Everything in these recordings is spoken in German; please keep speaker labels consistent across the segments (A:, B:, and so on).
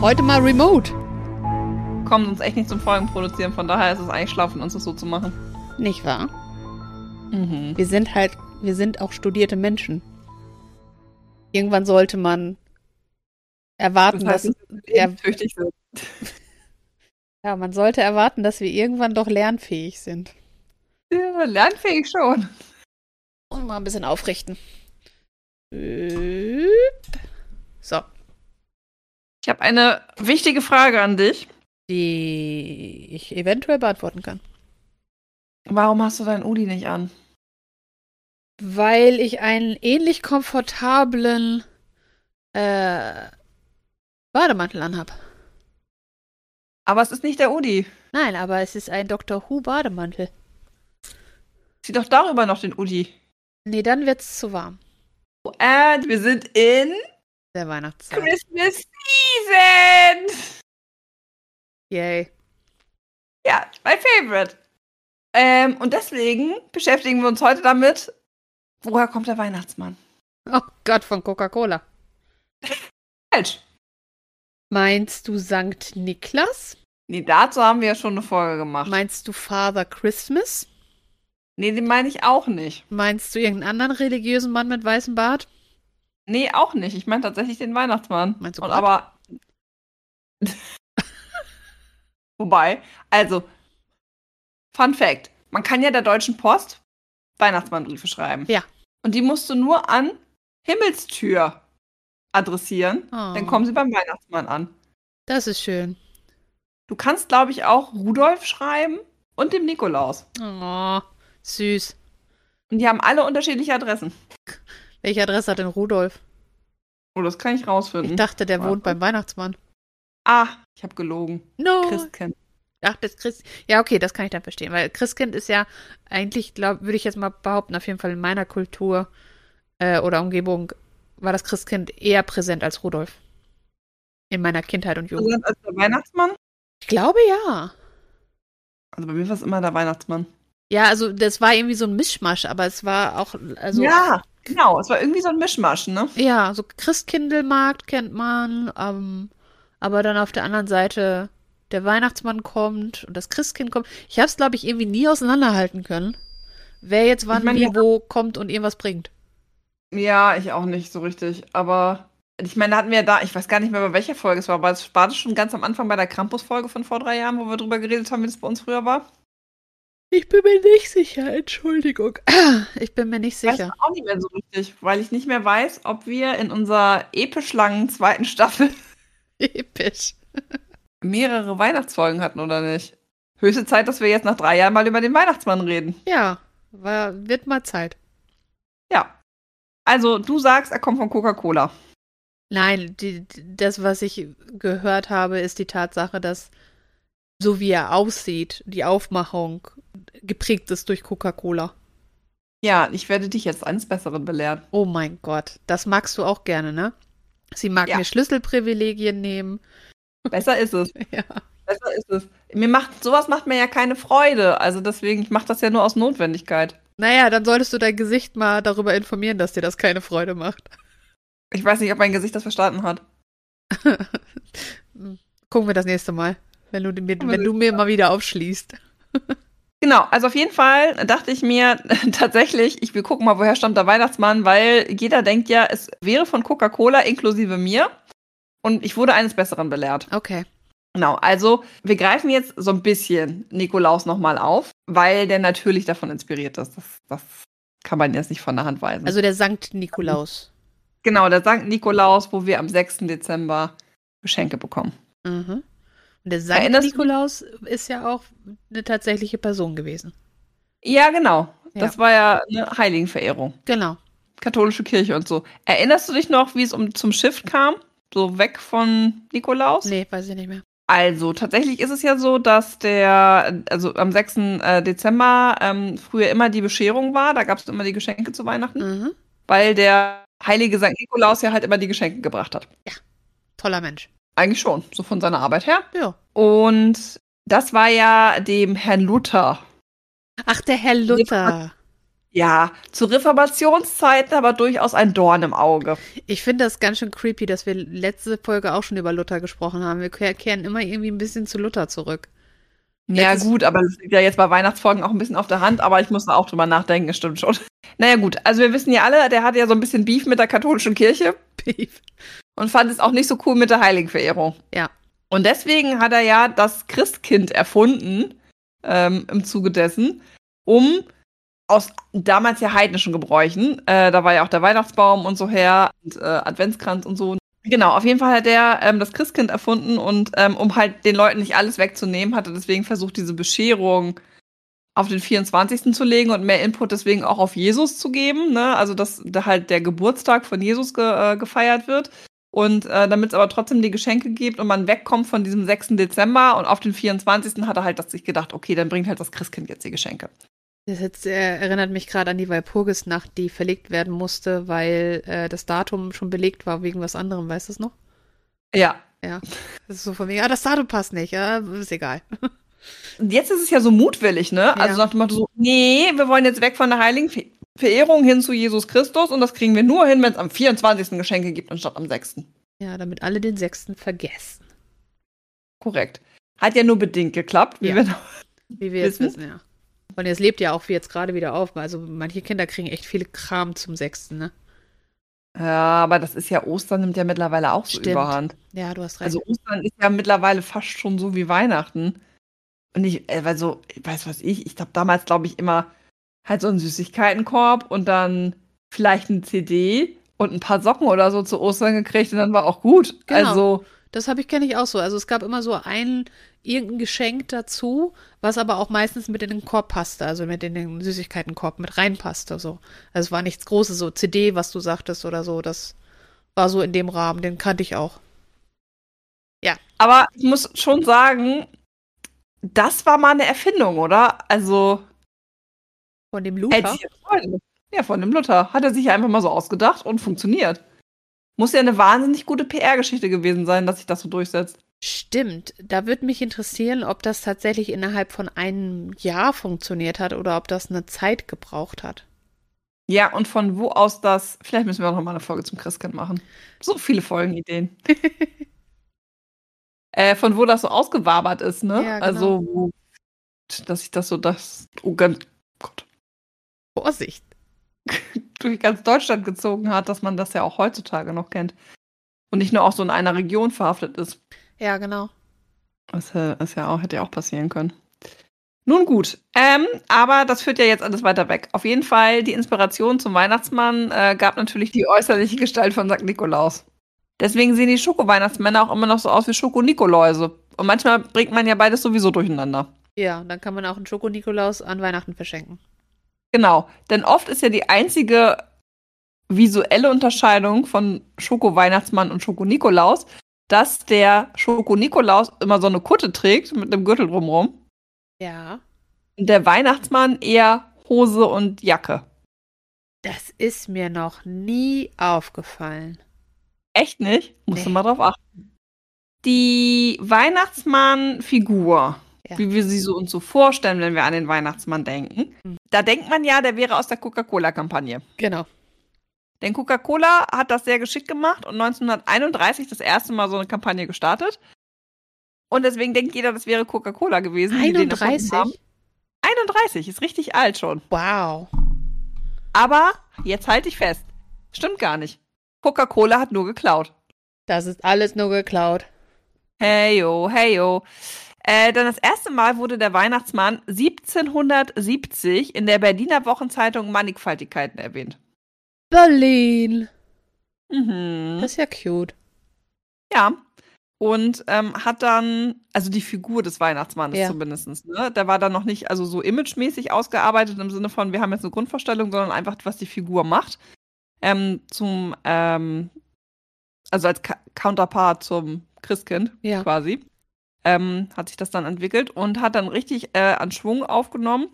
A: Heute mal remote.
B: Kommen uns echt nicht zum Folgen produzieren, von daher ist es eigentlich schlau von uns, das so zu machen.
A: Nicht wahr?
B: Mhm.
A: Wir sind halt, wir sind auch studierte Menschen. Irgendwann sollte man erwarten, dass, ja.
B: tüchtig sind.
A: ja, man sollte erwarten, dass wir irgendwann doch lernfähig sind.
B: Ja, lernfähig schon.
A: Und mal ein bisschen aufrichten. Üp. So.
B: Ich habe eine wichtige Frage an dich.
A: Die ich eventuell beantworten kann.
B: Warum hast du deinen Uli nicht an?
A: Weil ich einen ähnlich komfortablen äh, Bademantel anhab.
B: Aber es ist nicht der Uli.
A: Nein, aber es ist ein Dr. Who Bademantel.
B: Zieh doch darüber noch den Uli.
A: Nee, dann wird's zu warm.
B: And wir sind in
A: Der Weihnachtszeit.
B: Christmas Season.
A: Yay.
B: Ja, mein Favorite. Ähm, und deswegen beschäftigen wir uns heute damit, woher kommt der Weihnachtsmann?
A: Oh Gott, von Coca-Cola.
B: Falsch.
A: Meinst du Sankt Niklas?
B: Nee, dazu haben wir ja schon eine Folge gemacht.
A: Meinst du Father Christmas?
B: nee, den meine ich auch nicht.
A: Meinst du irgendeinen anderen religiösen Mann mit weißem Bart?
B: Nee, auch nicht. Ich meine tatsächlich den Weihnachtsmann.
A: Meinst du
B: Und
A: Gott?
B: aber. Wobei, also, Fun Fact: Man kann ja der Deutschen Post Weihnachtsmannbriefe schreiben.
A: Ja.
B: Und die musst du nur an Himmelstür adressieren.
A: Oh,
B: Dann kommen sie beim Weihnachtsmann an.
A: Das ist schön.
B: Du kannst, glaube ich, auch Rudolf schreiben und dem Nikolaus.
A: Oh, süß.
B: Und die haben alle unterschiedliche Adressen.
A: Welche Adresse hat denn Rudolf?
B: Oh, das kann ich
A: Ich
B: rausfinden.
A: dachte, der
B: Warte.
A: wohnt beim Weihnachtsmann.
B: ah, ich habe gelogen.
A: No.
B: Christkind.
A: Ach, das Christ. Ja, okay, das kann ich dann verstehen, weil Christkind ist ja eigentlich, glaube würde ich jetzt mal behaupten, auf jeden Fall in meiner Kultur äh, oder Umgebung war das Christkind eher präsent als Rudolf. In meiner Kindheit und Jugend.
B: Als Also, der Weihnachtsmann?
A: Ich glaube ja.
B: Also bei mir war es immer der Weihnachtsmann.
A: Ja, also das war irgendwie so ein Mischmasch, aber es war auch, also
B: Ja, genau. Es war irgendwie so ein Mischmasch, ne?
A: ja, so Christkindelmarkt kennt man, ähm, aber dann auf der anderen Seite der Weihnachtsmann kommt und das Christkind kommt. Ich habe es, glaube ich, irgendwie nie auseinanderhalten können, wer jetzt wann,
B: meine,
A: wie,
B: ja.
A: wo kommt und irgendwas bringt.
B: Ja, ich auch nicht so richtig. Aber ich meine, da hatten wir ja da, ich weiß gar nicht mehr, bei welcher Folge es war, aber es war das schon ganz am Anfang bei der Krampus-Folge von vor drei Jahren, wo wir drüber geredet haben, wie das bei uns früher war.
A: Ich bin mir nicht sicher, Entschuldigung. Ich bin mir nicht
B: Ich weiß
A: sicher.
B: auch nicht mehr so richtig, weil ich nicht mehr weiß, ob wir in unserer episch langen zweiten Staffel
A: Episch.
B: mehrere Weihnachtsfolgen hatten oder nicht. Höchste Zeit, dass wir jetzt nach drei Jahren mal über den Weihnachtsmann reden.
A: Ja, war, wird mal Zeit.
B: Ja. Also, du sagst, er kommt von Coca-Cola.
A: Nein, die, das, was ich gehört habe, ist die Tatsache, dass so wie er aussieht, die Aufmachung geprägt ist durch Coca-Cola.
B: Ja, ich werde dich jetzt eines Besseren belehren.
A: Oh mein Gott, das magst du auch gerne, ne? Sie mag
B: Ja.
A: mir Schlüsselprivilegien nehmen.
B: Besser ist es.
A: Ja.
B: Besser ist es. Mir macht sowas macht mir ja keine Freude. Also deswegen, ich mache das ja nur aus Notwendigkeit.
A: Naja, dann solltest du dein Gesicht mal darüber informieren, dass dir das keine Freude macht.
B: Ich weiß nicht, ob mein Gesicht das verstanden hat.
A: Gucken wir das nächste Mal, wenn du mir,
B: Gucken wir
A: wenn du mir mal wieder aufschließt.
B: Genau, also auf jeden Fall dachte ich mir tatsächlich, ich will gucken mal, woher stammt der Weihnachtsmann, weil jeder denkt ja, es wäre von Coca-Cola inklusive mir. Und ich wurde eines Besseren belehrt.
A: Okay.
B: Genau, also wir greifen jetzt so ein bisschen Nikolaus nochmal auf, weil der natürlich davon inspiriert ist. Das, das kann man jetzt nicht von der Hand weisen.
A: Also der Sankt Nikolaus.
B: Genau, der Sankt Nikolaus, wo wir am 6. Dezember Geschenke bekommen.
A: Mhm. Und der Sankt
B: Erinnerst du dich-
A: Nikolaus ist ja auch eine tatsächliche Person gewesen.
B: Ja, genau.
A: Ja.
B: Das war ja eine Heiligenverehrung.
A: Genau.
B: Katholische Kirche und so. Erinnerst du dich noch, wie es um, zum Schiff kam? So weg von Nikolaus?
A: Nee, weiß ich nicht mehr.
B: Also, tatsächlich ist es ja so, dass der, also am 6. äh, Dezember ähm, früher immer die Bescherung war. Da gab es immer die Geschenke zu Weihnachten,
A: Mhm.
B: weil der heilige Sankt Nikolaus ja halt immer die Geschenke gebracht hat.
A: Toller Mensch.
B: Eigentlich schon, so von seiner Arbeit her.
A: Ja.
B: Und das war ja dem Herrn Luther
A: Ach, der Herr Luther.
B: Ja, zu Reformationszeiten aber durchaus ein Dorn im Auge.
A: Ich finde das ganz schön creepy, dass wir letzte Folge auch schon über Luther gesprochen haben. Wir ke- kehren immer irgendwie ein bisschen zu Luther zurück.
B: Ja,
A: Jetzt ist-
B: gut, aber das liegt ja jetzt bei Weihnachtsfolgen auch ein bisschen auf der Hand, aber ich muss da auch drüber nachdenken, das stimmt schon. Naja, gut, also wir wissen ja alle, der hatte ja so ein bisschen Beef mit der katholischen Kirche
A: Beef.
B: und fand es auch nicht so cool mit der Heiligenverehrung.
A: Ja.
B: Und deswegen hat er ja das Christkind erfunden, ähm, im Zuge dessen, um aus damals ja heidnischen Gebräuchen, äh, da war ja auch der Weihnachtsbaum und so her, und, äh, Adventskranz und so. Genau, auf jeden Fall hat er ähm, das Christkind erfunden und ähm, um halt den Leuten nicht alles wegzunehmen, hat er deswegen versucht, diese Bescherung auf den 24. zu legen und mehr Input deswegen auch auf Jesus zu geben, ne? also dass da halt der Geburtstag von Jesus ge äh, gefeiert wird. Und äh, damit es aber trotzdem die Geschenke gibt und man wegkommt von diesem 6. Dezember und auf den 24. hat er halt das sich gedacht, okay, dann bringt halt das Christkind jetzt die Geschenke.
A: Das jetzt, äh, erinnert mich gerade an die Walpurgisnacht, die verlegt werden musste, weil äh, das Datum schon belegt war wegen was anderem. Weißt du es noch?
B: Ja.
A: Das ist so von mir, ah, das Datum passt nicht. Ja, ist egal.
B: Und jetzt ist es ja so mutwillig, ne? Also
A: Ja.
B: nach dem Motto so, nee, wir wollen jetzt weg von der heiligen Ver- Verehrung hin zu Jesus Christus und das kriegen wir nur hin, wenn es am 24. Geschenke gibt anstatt am 6.
A: Ja, damit alle den sechsten vergessen.
B: Korrekt. Hat ja nur bedingt geklappt, wie
A: Ja.
B: wir
A: Wie wir jetzt
B: Wissen?
A: wissen, ja. Und es lebt ja auch jetzt gerade wieder auf. Also manche Kinder kriegen echt viel Kram zum sechsten, ne?
B: Ja, aber das ist ja Ostern nimmt ja mittlerweile auch so
A: Stimmt.
B: überhand.
A: Ja, du hast recht.
B: Also Ostern ist ja mittlerweile fast schon so wie Weihnachten. Und ich, äh, weil so, ich weiß was ich, ich habe damals, glaube ich, immer halt so einen Süßigkeitenkorb und dann vielleicht eine CD und ein paar Socken oder so zu Ostern gekriegt und dann war auch gut.
A: Genau.
B: Also,
A: Das habe ich kenne ich auch so. Also es gab immer so ein irgendein Geschenk dazu, was aber auch meistens mit in den Korb passte, also mit in den Süßigkeitenkorb mit reinpasste so. Also es war nichts Großes, so CD, was du sagtest oder so. Das war so in dem Rahmen, den kannte ich auch.
B: aber ich muss schon sagen, das war mal eine Erfindung, oder? Also,
A: Von dem
B: hätte
A: Luther.
B: ich jetzt wollen. Ja, von dem Luther. Hat er sich ja einfach mal so ausgedacht und funktioniert. Muss ja eine wahnsinnig gute PR-Geschichte gewesen sein, dass sich das so durchsetzt.
A: Stimmt. Da würde mich interessieren, ob das tatsächlich innerhalb von einem Jahr funktioniert hat oder ob das eine Zeit gebraucht hat.
B: Ja, und von wo aus das? Vielleicht müssen wir auch noch mal eine Folge zum Christkind machen. So viele Folgenideen. äh, von wo das so ausgewabert ist, ne?
A: Ja, genau.
B: Also, wo, dass ich das so, das, oh ganz, Gott,
A: Vorsicht.
B: durch ganz Deutschland gezogen hat, dass man das ja auch heutzutage noch kennt. Und nicht nur auch so in einer Region verhaftet ist.
A: Ja, genau.
B: Das äh, ist ja auch, hätte ja auch passieren können. Nun gut, ähm, aber das führt ja jetzt alles weiter weg. Auf jeden Fall, die Inspiration zum Weihnachtsmann äh, gab natürlich die äußerliche Gestalt von St. Nikolaus. Deswegen sehen die Schoko-Weihnachtsmänner auch immer noch so aus wie Schokonikoläuse. Und manchmal bringt man ja beides sowieso durcheinander.
A: Ja, und dann kann man auch einen Schoko-Nikolaus an Weihnachten verschenken.
B: Genau, denn oft ist ja die einzige visuelle Unterscheidung von Schoko-Weihnachtsmann und Schoko-Nikolaus, dass der Schoko-Nikolaus immer so eine Kutte trägt mit einem Gürtel drumrum.
A: Ja.
B: Und der Weihnachtsmann eher Hose und Jacke.
A: Das ist mir noch nie aufgefallen.
B: Echt nicht? Musst du
A: Nee.
B: mal drauf achten. Die Weihnachtsmann-Figur,
A: Ja.
B: wie wir sie so uns so vorstellen, wenn wir an den Weihnachtsmann denken,
A: Hm.
B: da denkt man ja, der wäre aus der Coca-Cola-Kampagne.
A: Genau.
B: Denn Coca-Cola hat das sehr geschickt gemacht und 1931 das erste Mal so eine Kampagne gestartet. Und deswegen denkt jeder, das wäre Coca-Cola gewesen. die den erfunden
A: 31?
B: haben. 31 ist richtig alt schon.
A: Wow.
B: Aber jetzt halte ich fest. Stimmt gar nicht. Coca-Cola hat nur geklaut.
A: Das ist alles nur geklaut.
B: Heyo, heyo. Äh, denn das erste Mal wurde der Weihnachtsmann 1770 in der Berliner Wochenzeitung Mannigfaltigkeiten erwähnt.
A: Berlin.
B: Mhm.
A: Das ist ja cute.
B: Ja. Und ähm, hat dann, also die Figur des Weihnachtsmannes
A: Ja.
B: zumindestens, ne? Der war dann noch nicht also so imagemäßig ausgearbeitet im Sinne von, wir haben jetzt eine Grundvorstellung, sondern einfach, was die Figur macht. Ähm, zum, ähm, also als Ka Counterpart zum Christkind
A: Ja.
B: quasi. Ähm, hat sich das dann entwickelt und hat dann richtig äh, an Schwung aufgenommen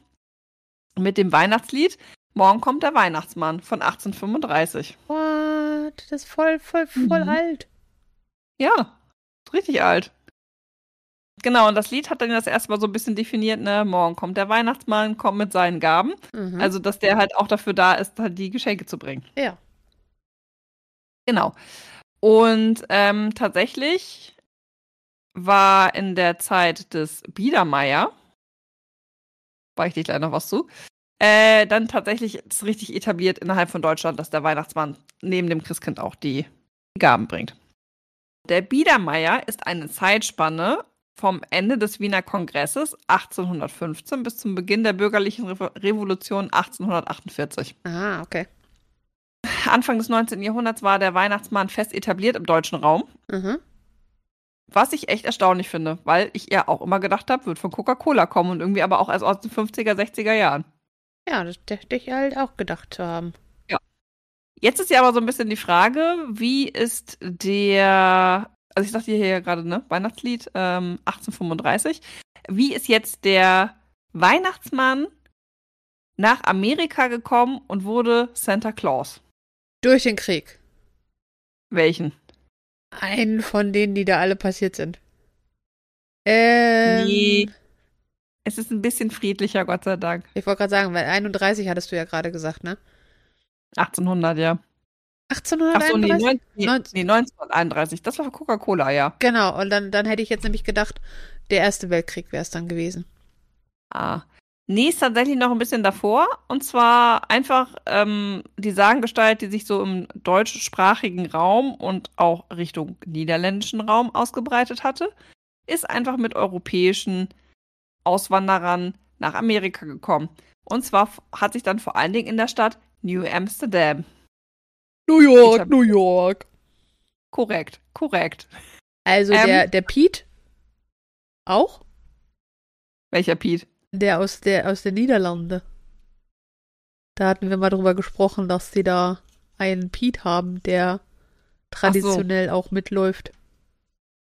B: mit dem Weihnachtslied Morgen kommt der Weihnachtsmann von 1835.
A: What? Das ist voll, voll, voll
B: Mhm.
A: alt.
B: Ja, ist richtig alt. Genau, und das Lied hat dann das erstmal so ein bisschen definiert, ne, morgen kommt der Weihnachtsmann, kommt mit seinen Gaben.
A: Mhm.
B: Also, dass der halt auch dafür da ist, halt die Geschenke zu bringen.
A: ja.
B: Genau. Und ähm, tatsächlich war in der Zeit des Biedermeier, beichte ich gleich noch was zu, äh, dann tatsächlich ist richtig etabliert innerhalb von Deutschland, dass der Weihnachtsmann neben dem Christkind auch die Gaben bringt. Der Biedermeier ist eine Zeitspanne vom Ende des Wiener Kongresses 1815 bis zum Beginn der bürgerlichen Revo- Revolution 1848.
A: Ah, okay.
B: Anfang des 19. Jahrhunderts war der Weihnachtsmann fest etabliert im deutschen Raum,
A: Mhm.
B: was ich echt erstaunlich finde, weil ich ja auch immer gedacht habe, wird von Coca-Cola kommen und irgendwie aber auch erst aus den 50er, 60er Jahren.
A: Ja, das hätte ich halt auch gedacht zu haben.
B: Jetzt ist ja aber so ein bisschen die Frage, wie ist der, also ich dachte hier ja gerade, ne, Weihnachtslied ähm, 1835, wie ist jetzt der Weihnachtsmann nach Amerika gekommen und wurde Santa Claus?
A: Durch den Krieg.
B: Welchen?
A: Einen von denen, die da alle passiert sind. Ähm,
B: Nee. Es ist ein bisschen friedlicher, Gott sei Dank.
A: Ich wollte gerade sagen, weil 31 hattest du ja gerade gesagt, ne?
B: 1800, ja.
A: Ah,
B: Ach so, nee,
A: 1831?
B: 19, nee,
A: Neunz-
B: nee, 1931. Das war für Coca-Cola, ja.
A: Genau, und dann, dann hätte ich jetzt nämlich gedacht, der Erste Weltkrieg wäre es dann gewesen.
B: Ah. Nee, ist tatsächlich noch ein bisschen davor. Und zwar einfach ähm, die Sagengestalt, die sich so im deutschsprachigen Raum und auch Richtung niederländischen Raum ausgebreitet hatte, ist einfach mit europäischen Auswanderern nach Amerika gekommen. Und zwar f- hat sich dann vor allen Dingen in der Stadt New Amsterdam.
A: New
B: York,
A: New York.
B: Korrekt, korrekt.
A: Also
B: Ähm.
A: der, der Pete auch?
B: Welcher Piet?
A: Der aus der aus den Niederlande. Da hatten wir mal drüber gesprochen, dass sie da einen Pete haben, der traditionell auch mitläuft.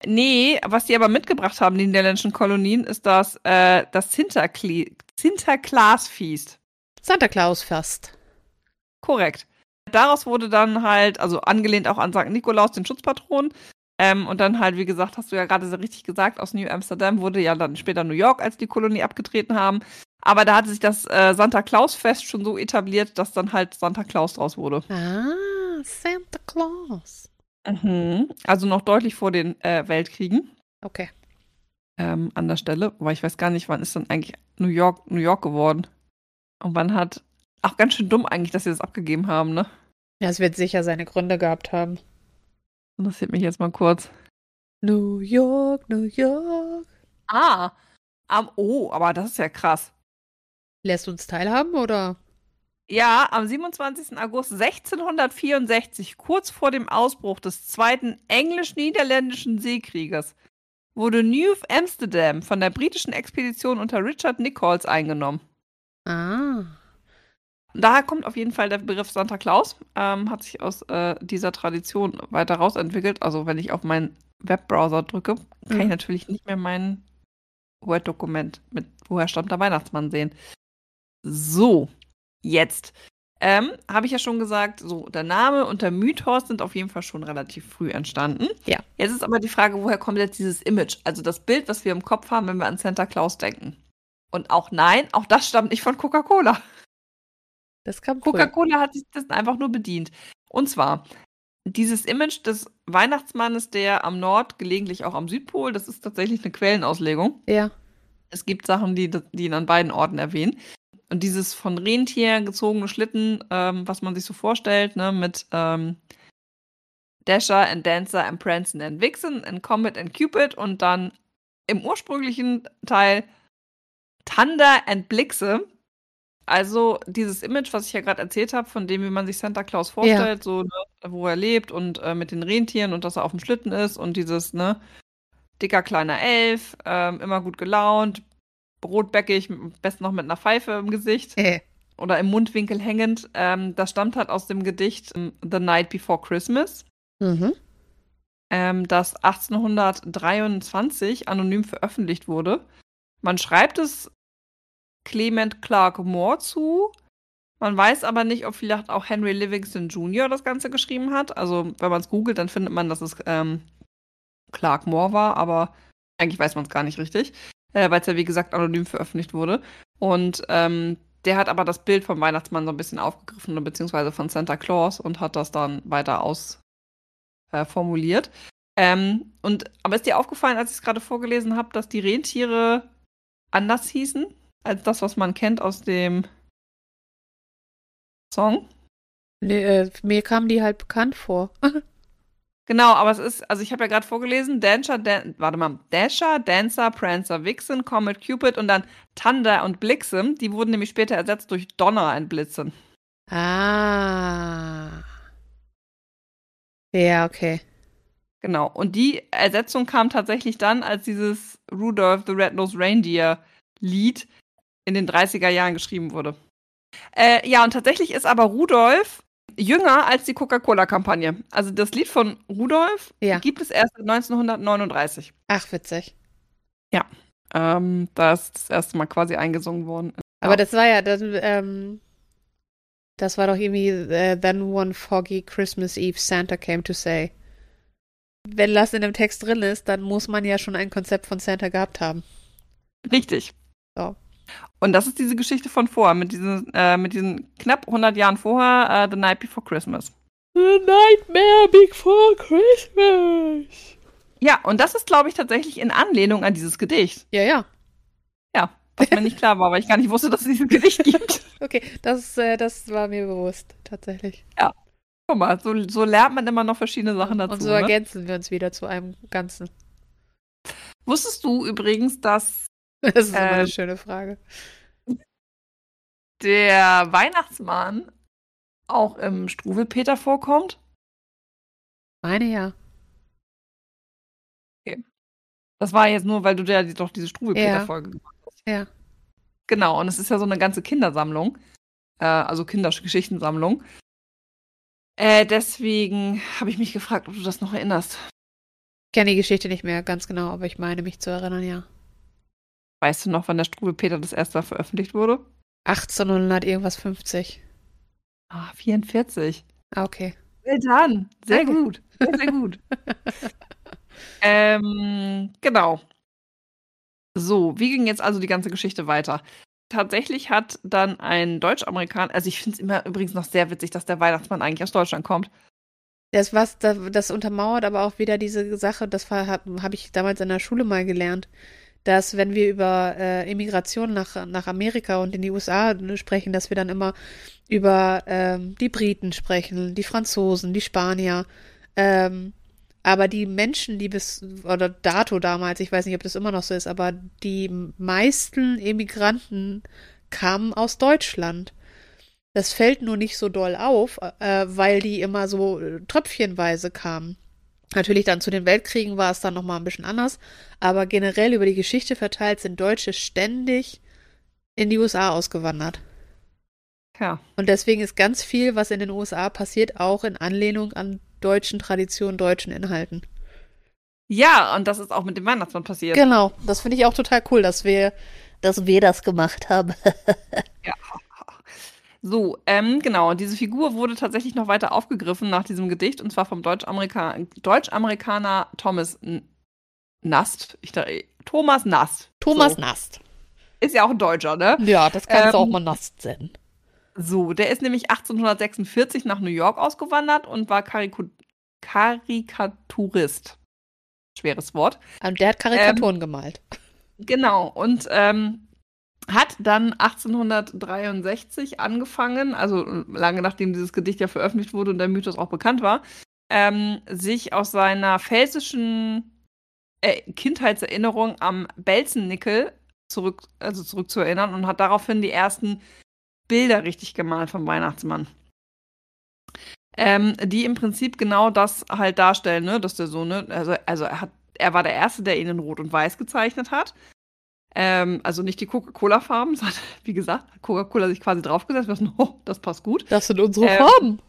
B: Nee, was die aber mitgebracht haben, die niederländischen Kolonien, ist das, äh, das Sinterkli- Sinterklaasfeest.
A: Santa Claus fast.
B: Korrekt. Daraus wurde dann halt, also angelehnt auch an St. Nikolaus, den Schutzpatron. Ähm, und dann halt, wie gesagt, hast du ja gerade so richtig gesagt, aus New Amsterdam wurde ja dann später New York, als die Kolonie abgetreten haben. Aber da hatte sich das äh, Santa Claus-Fest schon so etabliert, dass dann halt Santa Claus draus wurde.
A: Ah, Santa Claus.
B: Mhm. Also noch deutlich vor den äh, Weltkriegen.
A: Okay.
B: ähm, an der Stelle, weil ich weiß gar nicht, wann ist dann eigentlich New York New York geworden? Und wann hat auch ganz schön dumm eigentlich, dass sie das abgegeben haben, ne?
A: Das wird sicher seine Gründe gehabt haben.
B: Interessiert mich jetzt mal kurz.
A: New York, New York.
B: Ah, am oh, aber das ist ja krass.
A: Lässt uns teilhaben oder?
B: Ja, am 27. August 1664, kurz vor dem Ausbruch des Zweiten Englisch-Niederländischen Seekrieges, wurde New Amsterdam von der britischen Expedition unter Richard Nichols eingenommen.
A: Ah.
B: Daher kommt auf jeden Fall der Begriff Santa Claus, ähm, hat sich aus äh, dieser Tradition weiter rausentwickelt. Also wenn ich auf meinen Webbrowser drücke, kann
A: Mhm.
B: ich natürlich nicht mehr mein Word-Dokument mit woher stammt der Weihnachtsmann sehen. So, jetzt. Ähm, Habe ich ja schon gesagt, so der Name und der Mythos sind auf jeden Fall schon relativ früh entstanden.
A: Ja.
B: Jetzt ist aber die Frage, woher kommt jetzt dieses Image? Also das Bild, was wir im Kopf haben, wenn wir an Santa Claus denken. Und auch nein, auch das stammt nicht von Coca-Cola.
A: Das kam früher.
B: Coca-Cola hat sich das einfach nur bedient. Und zwar dieses Image des Weihnachtsmannes, der am Nord, gelegentlich auch am Südpol, das ist tatsächlich eine Quellenauslegung.
A: Ja.
B: Es gibt Sachen, die, die ihn an beiden Orten erwähnen. Und dieses von Rentier gezogene Schlitten, ähm, was man sich so vorstellt, ne, mit ähm, Dasher and Dancer and Prancer and Vixen and Comet and Cupid und dann im ursprünglichen Teil Thunder and Blixen. Also dieses Image, was ich ja gerade erzählt habe, von dem, wie man sich Santa Claus vorstellt, so ne, wo er lebt und äh, mit den Rentieren und dass er auf dem Schlitten ist und dieses, ne, dicker kleiner Elf, ähm, immer gut gelaunt, brotbäckig, am besten noch mit einer Pfeife im Gesicht
A: Äh.
B: oder im Mundwinkel hängend. Ähm, das stammt halt aus dem Gedicht ähm, The Night Before Christmas,
A: Mhm.
B: ähm, das 1823 anonym veröffentlicht wurde. Man schreibt es Clement Clark Moore zu. Man weiß aber nicht, ob vielleicht auch Henry Livingston Jr. das Ganze geschrieben hat. Also, wenn man es googelt, dann findet man, dass es ähm, Clark Moore war, aber Eigentlich weiß man es gar nicht richtig, äh, weil es ja wie gesagt anonym veröffentlicht wurde. Und ähm, der hat aber das Bild vom Weihnachtsmann so ein bisschen aufgegriffen, beziehungsweise von Santa Claus und hat das dann weiter ausformuliert. Äh, ähm, und, aber ist dir aufgefallen, als ich es gerade vorgelesen habe, dass die Rentiere anders hießen als das, was man kennt aus dem Song?
A: Nee, äh, mir kamen die halt bekannt vor.
B: Genau, aber es ist, also ich habe ja gerade vorgelesen, Dancer, Dan warte mal, Dasher, Dancer, Prancer, Vixen, Comet, Cupid und dann Thunder und Blixen, die wurden nämlich später ersetzt durch Donner und Blitzen.
A: Ah. Ja, okay.
B: Genau, und die Ersetzung kam tatsächlich dann, als dieses Rudolph the Red-Nosed Reindeer Lied in den 30er Jahren geschrieben wurde. Äh, ja, und tatsächlich ist aber Rudolf jünger als die Coca-Cola-Kampagne. Also das Lied von Rudolf
A: Ja.
B: gibt es erst seit 1939.
A: Ach, witzig.
B: Ja. Ähm, da ist das erste Mal quasi eingesungen worden.
A: Aber
B: Ja.
A: das war ja dann, ähm, das war doch irgendwie äh, Then one foggy Christmas Eve Santa came to say. Wenn das in dem Text drin ist, dann muss man ja schon ein Konzept von Santa gehabt haben.
B: Richtig.
A: So.
B: Und das ist diese Geschichte von vorher, mit diesen, äh, mit diesen knapp 100 Jahren vorher, äh, The Night Before Christmas.
A: The Nightmare Before Christmas.
B: Ja, und das ist, glaube ich, tatsächlich in Anlehnung an dieses Gedicht.
A: Ja, ja.
B: Ja, was mir nicht klar war, weil ich gar nicht wusste, dass es dieses Gedicht gibt.
A: Okay, das, äh, das war mir bewusst, tatsächlich.
B: Guck mal, so, so lernt man immer noch verschiedene Sachen dazu.
A: Und so
B: ne?
A: ergänzen wir uns wieder zu einem Ganzen.
B: Wusstest du übrigens, dass
A: Das ist immer eine
B: Ähm.
A: schöne Frage.
B: der Weihnachtsmann auch im Struwelpeter vorkommt?
A: Meine ja.
B: Das war jetzt nur, weil du ja die- doch diese Struwelpeter-Folge gemacht hast.
A: Ja.
B: Genau, und es ist ja so eine ganze Kindersammlung, äh, also Kindergeschichtensammlung. Äh, deswegen habe ich mich gefragt, ob du das noch erinnerst.
A: Ich kenne die Geschichte nicht mehr ganz genau, aber ich meine mich zu erinnern, ja.
B: Weißt du noch, wann der Struwelpeter das erste Mal veröffentlicht wurde?
A: 1800 irgendwas 50.
B: Ah, 44.
A: Ah, okay.
B: Well done. Sehr
A: Danke.
B: gut. Sehr, sehr gut. ähm, genau. So, wie ging jetzt also die ganze Geschichte weiter? Tatsächlich hat dann ein Deutsch-Amerikaner, also ich finde es immer übrigens noch sehr witzig, dass der Weihnachtsmann eigentlich aus Deutschland kommt.
A: Das was das, das untermauert aber auch wieder diese Sache, das habe hab ich damals in der Schule mal gelernt, dass wenn wir über äh, Immigration nach, nach Amerika und in die USA sprechen, dass wir dann immer über ähm, die Briten sprechen, die Franzosen, die Spanier. Ähm, aber die Menschen, die bis, oder dato damals, ich weiß nicht, ob das immer noch so ist, aber die meisten Immigranten kamen aus Deutschland. Das fällt nur nicht so doll auf, äh, weil die immer so äh, tröpfchenweise kamen. Natürlich dann zu den Weltkriegen war es dann nochmal ein bisschen anders, aber generell über die Geschichte verteilt sind Deutsche ständig in die USA ausgewandert.
B: Ja,
A: Und deswegen ist ganz viel, was in den USA passiert, auch in Anlehnung an deutschen Traditionen, deutschen Inhalten.
B: ja und das ist auch mit dem Weihnachtsmann passiert.
A: Genau, das finde ich auch total cool, dass wir, dass wir das gemacht haben.
B: So, ähm, genau. Und diese Figur wurde tatsächlich noch weiter aufgegriffen nach diesem Gedicht und zwar vom Deutsch-Amerika Deutsch-Amerikaner Thomas N Nast. Ich dachte, Thomas Nast.
A: Thomas
B: so.
A: Nast.
B: Ist ja auch ein Deutscher, ne?
A: Ja, das kannst du
B: Ähm.
A: auch mal Nast nennen.
B: So, der ist nämlich 1846 nach New York ausgewandert und war Kariku Karikaturist. Schweres Wort.
A: Und der hat Karikaturen gemalt.
B: Genau. Und ähm, hat dann 1863 angefangen, also lange nachdem dieses Gedicht ja veröffentlicht wurde und der Mythos auch bekannt war, ähm, sich aus seiner felsischen äh, Kindheitserinnerung am Belzennickel zurück, also zurückzuerinnern und hat daraufhin die ersten Bilder richtig gemalt vom Weihnachtsmann. Ähm, die im Prinzip genau das halt darstellen, ne, dass der so, ne, also, also er hat, er war der Erste, der ihn in Rot und Weiß gezeichnet hat. Ähm, also nicht die Coca-Cola-Farben, sondern wie gesagt, hat Coca-Cola sich quasi draufgesetzt, was, oh, das passt gut.
A: Das sind unsere
B: Ähm.
A: Farben.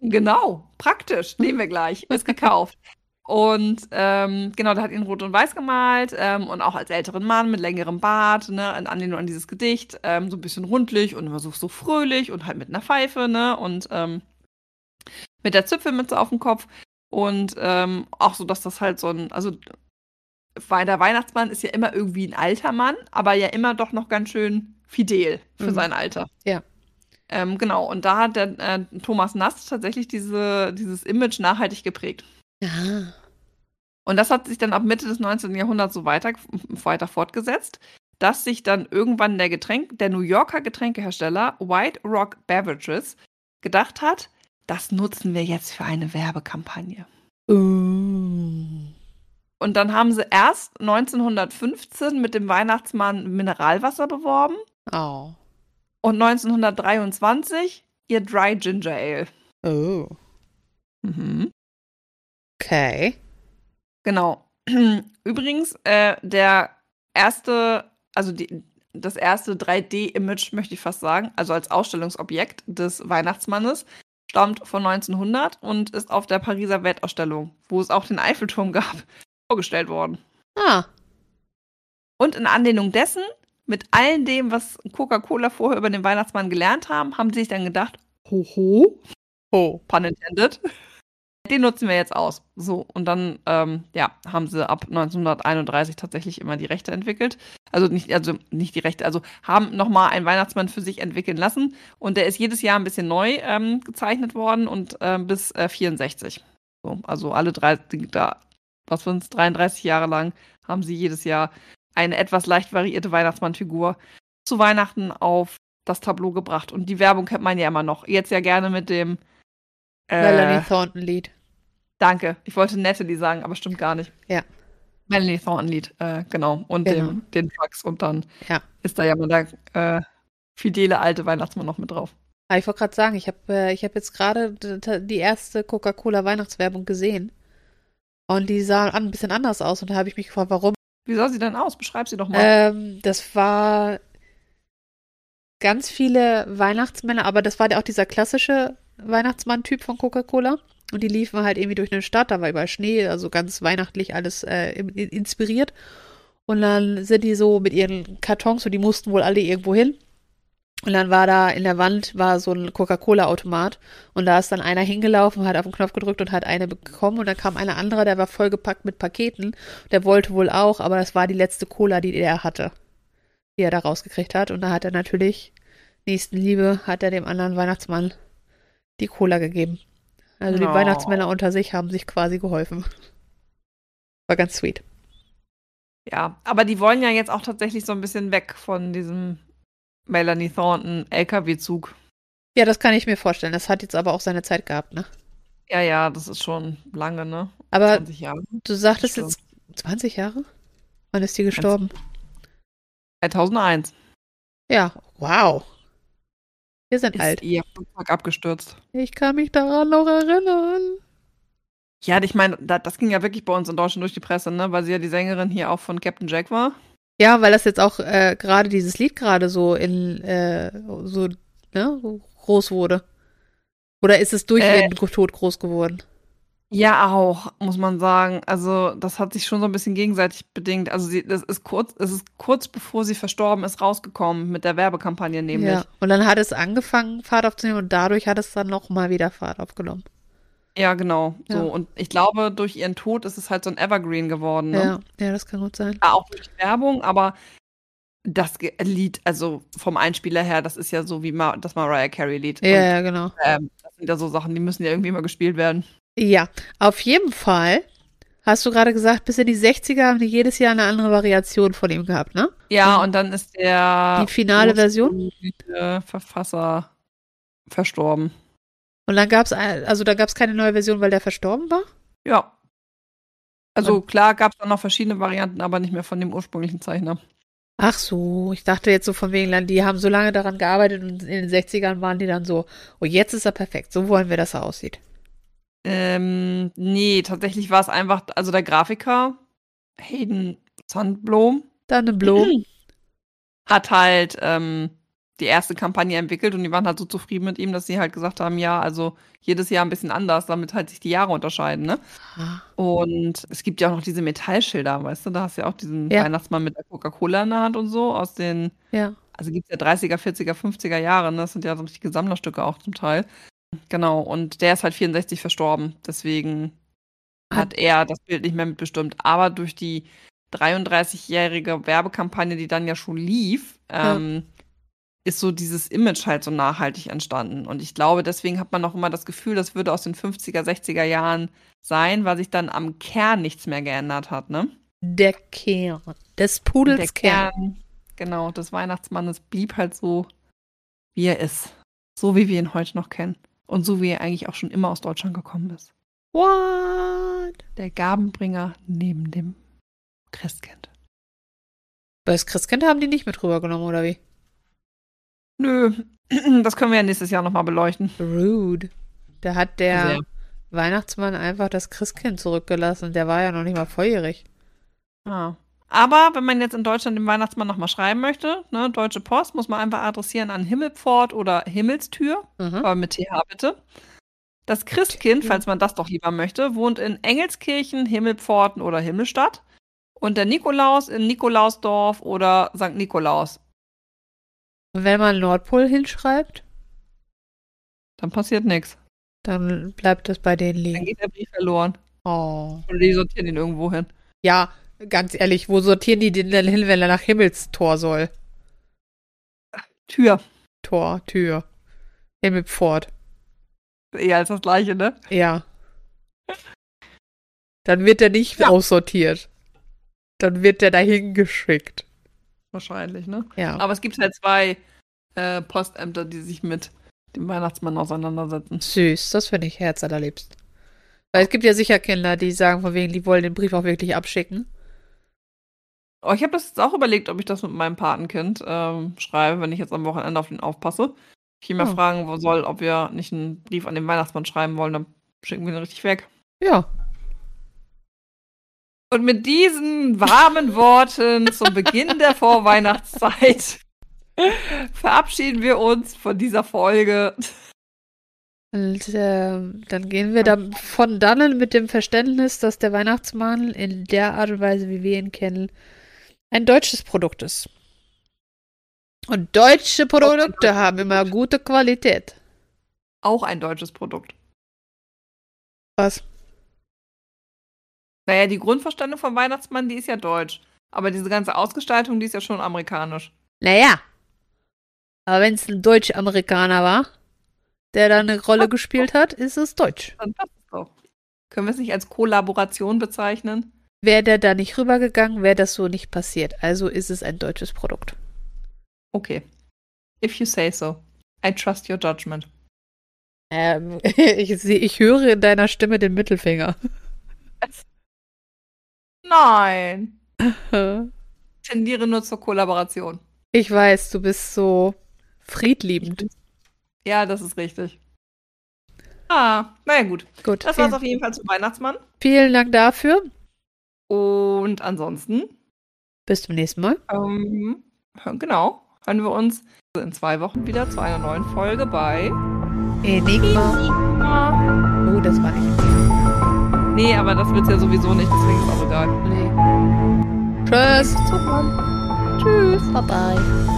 B: Genau, praktisch. Nehmen wir gleich. Ist gekauft. Und ähm, genau, da hat ihn rot und weiß gemalt ähm, und auch als älteren Mann mit längerem Bart, ne, in Anlehnung an dieses Gedicht, ähm, so ein bisschen rundlich und immer so, so fröhlich und halt mit einer Pfeife, ne, und ähm, mit der Zipfelmütze auf dem Kopf und ähm, auch so, dass das halt so ein, also weil der Weihnachtsmann ist ja immer irgendwie ein alter Mann, aber ja immer doch noch ganz schön fidel für
A: Mhm.
B: sein Alter.
A: Ja.
B: Ähm, genau, und da hat der äh, Thomas Nass tatsächlich diese, dieses Image nachhaltig geprägt.
A: Ah.
B: Und das hat sich dann ab Mitte des 19. Jahrhunderts so weiter, weiter fortgesetzt, dass sich dann irgendwann der Getränk, der New Yorker Getränkehersteller White Rock Beverages gedacht hat, das nutzen wir jetzt für eine Werbekampagne.
A: Uh.
B: Und dann haben sie erst 1915 mit dem Weihnachtsmann Mineralwasser beworben
A: Oh.
B: und 1923 ihr Dry Ginger Ale.
A: Oh. Okay.
B: Genau. Übrigens, äh, der erste, also die, das erste 3D-Image, möchte ich fast sagen, also als Ausstellungsobjekt des Weihnachtsmannes, stammt von 1900 und ist auf der Pariser Weltausstellung, wo es auch den Eiffelturm gab, vorgestellt worden.
A: Ah.
B: Und in Anlehnung dessen, mit all dem, was Coca-Cola vorher über den Weihnachtsmann gelernt haben, haben sie sich dann gedacht, hoho,
A: Oh.
B: pun intended, den nutzen wir jetzt aus. So, und dann, ähm, ja, haben sie ab 1931 tatsächlich immer die Rechte entwickelt. Also nicht, also nicht die Rechte, also haben nochmal einen Weihnachtsmann für sich entwickeln lassen. Und der ist jedes Jahr ein bisschen neu ähm, gezeichnet worden und ähm, bis äh, 64. So, also alle drei, da, was für uns, 33 Jahre lang haben sie jedes Jahr eine etwas leicht variierte Weihnachtsmannfigur zu Weihnachten auf das Tableau gebracht. Und die Werbung kennt man ja immer noch. Jetzt ja gerne mit dem. äh,
A: Melanie Thornton Lied.
B: Danke. Ich wollte Natalie sagen, aber stimmt gar nicht.
A: Ja.
B: Melanie Thornton-Lied, äh, genau. Und
A: Genau.
B: Dem, den Trucks. Und dann
A: Ja.
B: ist da ja mal der äh, fidele alte Weihnachtsmann noch mit drauf.
A: Ah, ich wollte gerade sagen, ich habe äh, ich hab jetzt gerade d- t- die erste Coca-Cola-Weihnachtswerbung gesehen. Und die sah ein bisschen anders aus. Und da habe ich mich gefragt, warum.
B: Wie sah sie denn aus? Beschreib sie doch mal.
A: Ähm, das war ganz viele Weihnachtsmänner, aber das war ja auch dieser klassische Weihnachtsmann-Typ von Coca-Cola. Und die liefen halt irgendwie durch eine Stadt, da war überall Schnee, also ganz weihnachtlich alles äh, im- in- inspiriert. Und dann sind die so mit ihren Kartons und die mussten wohl alle irgendwo hin. Und dann war da in der Wand war so ein Coca-Cola-Automat und da ist dann einer hingelaufen, hat auf den Knopf gedrückt und hat eine bekommen und dann kam einer anderer, der war vollgepackt mit Paketen der wollte wohl auch, aber das war die letzte Cola, die er hatte, die er da rausgekriegt hat. Und da hat er natürlich, Nächstenliebe, hat er dem anderen Weihnachtsmann die Cola gegeben. Also die
B: Oh.
A: Weihnachtsmänner unter sich haben sich quasi geholfen. War ganz sweet.
B: ja, aber die wollen ja jetzt auch tatsächlich so ein bisschen weg von diesem Melanie Thornton-LKW-Zug.
A: Ja, das kann ich mir vorstellen. Das hat jetzt aber auch seine Zeit gehabt, ne?
B: Ja, ja, das ist schon lange, ne?
A: Aber
B: 20 Jahre.
A: du sagtest
B: Stimmt.
A: jetzt 20 Jahre? Wann ist die gestorben?
B: 2001
A: Ja, wow. Wir sind alt.
B: ist ihr Flugzeug abgestürzt.
A: Ich kann mich daran noch erinnern.
B: Ja, ich meine, da, das ging ja wirklich bei uns in Deutschland durch die Presse, ne? Weil sie ja die Sängerin hier auch von Captain Jack war.
A: Ja, weil das jetzt auch äh, gerade dieses Lied gerade so in äh, so ne, so groß wurde. Oder ist es durch
B: Äh.
A: ihren Tod groß geworden?
B: Ja, auch, muss man sagen. Also, das hat sich schon so ein bisschen gegenseitig bedingt. Also, sie, das ist kurz, es ist kurz bevor sie verstorben ist, rausgekommen mit der Werbekampagne nämlich.
A: Ja. Und dann hat es angefangen, Fahrt aufzunehmen und dadurch hat es dann nochmal wieder Fahrt aufgenommen.
B: Ja, genau.
A: Ja.
B: So. Und ich glaube, durch ihren Tod ist es halt so ein Evergreen geworden. Ne?
A: Ja, ja, das kann gut sein.
B: Ja, auch durch die Werbung, aber das Ge- Lied, also vom Einspieler her, das ist ja so wie Ma das Mariah Carey-Lied.
A: Ja, ja, genau.
B: Und, ähm, das sind ja so Sachen, die müssen ja irgendwie immer gespielt werden.
A: Ja, auf jeden Fall hast du gerade gesagt, bis in die 60er haben die jedes Jahr eine andere Variation von ihm gehabt, ne?
B: Ja,
A: Mhm.
B: und dann ist der
A: Die finale Version.
B: ursprüngliche Verfasser verstorben.
A: Und dann gab's ein- also da gab's keine neue Version, weil der verstorben war?
B: Ja. Also klar gab es dann noch verschiedene Varianten, aber nicht mehr von dem ursprünglichen Zeichner.
A: Ach so, ich dachte jetzt so von wegen, dann, die haben so lange daran gearbeitet und in den 60ern waren die dann so, oh, jetzt ist er perfekt, so wollen wir, dass er aussieht.
B: Ähm, nee, tatsächlich war es einfach, also der Grafiker Hayden Sandblom
A: Dann eine Blum.
B: hat halt ähm, die erste Kampagne entwickelt und die waren halt so zufrieden mit ihm, dass sie halt gesagt haben, ja, also jedes Jahr ein bisschen anders, damit halt sich die Jahre unterscheiden, ne?
A: Ah,
B: Und es gibt ja auch noch diese Metallschilder, weißt du, da hast du ja auch diesen
A: Ja.
B: Weihnachtsmann mit der Coca-Cola in der Hand und so aus den
A: ja.
B: Also gibt es ja 30er, 40er, 50er Jahre, ne? das sind ja so richtige Sammlerstücke auch zum Teil. Genau, und der ist halt 64 verstorben, deswegen hat er das Bild nicht mehr mitbestimmt. Aber durch die 33-jährige Werbekampagne, die dann ja schon lief, ähm, ist so dieses Image halt so nachhaltig entstanden. Und ich glaube, deswegen hat man noch immer das Gefühl, das würde aus den 50er, 60er Jahren sein, weil sich dann am Kern nichts mehr geändert hat, ne?
A: Der Kern. Des Pudels Kern.
B: genau, des Weihnachtsmannes blieb halt so, wie er ist. So wie wir ihn heute noch kennen. Und so wie er eigentlich auch schon immer aus Deutschland gekommen ist.
A: What?
B: Der Gabenbringer neben dem Christkind.
A: Bei das Christkind haben die nicht mit rübergenommen, oder wie?
B: Nö, das können wir ja nächstes Jahr nochmal beleuchten.
A: Rude. Da hat der
B: Sehr.
A: Weihnachtsmann einfach das Christkind zurückgelassen. Der war ja noch nicht mal volljährig.
B: Ah. Aber wenn man jetzt in Deutschland dem Weihnachtsmann nochmal schreiben möchte, ne, Deutsche Post, muss man einfach adressieren an Himmelpfort oder Himmelstür,
A: Mhm.
B: aber mit TH bitte. Das Christkind, falls man das doch lieber möchte, wohnt in Engelskirchen, Himmelpforten oder Himmelstadt. Und der Nikolaus in Nikolausdorf oder St. Nikolaus.
A: Und wenn man Nordpol hinschreibt,
B: Dann passiert nichts.
A: dann bleibt das bei denen
B: Dann
A: liegen.
B: geht der Brief verloren.
A: Oh.
B: Oder die sortieren ihn irgendwo hin.
A: Ja, ganz ehrlich, wo sortieren die den denn hin, wenn er nach Himmelstor soll?
B: Tür.
A: Tor, Tür. Himmelpfort.
B: Eher als das gleiche, ne?
A: Ja. Dann wird er nicht
B: Ja.
A: aussortiert. Dann wird er dahin geschickt.
B: Wahrscheinlich, ne?
A: Ja.
B: Aber es gibt halt zwei äh, Postämter, die sich mit dem Weihnachtsmann auseinandersetzen.
A: Süß, das finde ich herzallerliebst. Weil es gibt ja sicher Kinder, die sagen, von wegen, die wollen den Brief auch wirklich abschicken.
B: Oh, ich habe das jetzt auch überlegt, ob ich das mit meinem Patenkind ähm, schreibe, wenn ich jetzt am Wochenende auf den aufpasse. Ich ihn mal
A: Oh.
B: fragen wo soll, ob wir nicht einen Brief an den Weihnachtsmann schreiben wollen, dann schicken wir ihn richtig weg.
A: Ja.
B: Und mit diesen warmen Worten zum Beginn der Vorweihnachtszeit verabschieden wir uns von dieser Folge.
A: Und ähm, dann gehen wir dann von dannen mit dem Verständnis, dass der Weihnachtsmann in der Art und Weise, wie wir ihn kennen, ein deutsches Produkt ist. Und deutsche Produkte haben immer gute Qualität.
B: Auch ein deutsches Produkt.
A: Was?
B: Naja, die Grundverständung vom Weihnachtsmann, die ist ja deutsch. Aber diese ganze Ausgestaltung, die ist ja schon amerikanisch.
A: Naja. Aber wenn es ein Deutsch-Amerikaner war, der da eine Rolle gespielt hat, ist es deutsch.
B: Dann passt es doch. Können wir es nicht als Kollaboration bezeichnen?
A: Wäre der da nicht rübergegangen, wäre das so nicht passiert. Also ist es ein deutsches Produkt.
B: Okay. If you say so. I trust your judgment.
A: Ähm, ich, seh, ich höre in deiner Stimme den Mittelfinger.
B: Nein. Ich tendiere nur zur Kollaboration.
A: Ich weiß, du bist so friedliebend.
B: Ja, das ist richtig. Ah, naja, gut.
A: Gut,
B: Das war's
A: vielen,
B: auf jeden Fall zum Weihnachtsmann.
A: vielen Dank dafür.
B: Und ansonsten,
A: Bis zum nächsten Mal.
B: ähm, hören- genau, hören wir uns in zwei Wochen wieder zu einer neuen Folge bei.
A: Enigma. Oh, das war nicht.
B: Nee, aber das wird's ja sowieso nicht, deswegen ist auch egal.
A: Nee. Tschüss. Tschüss. Bye-bye.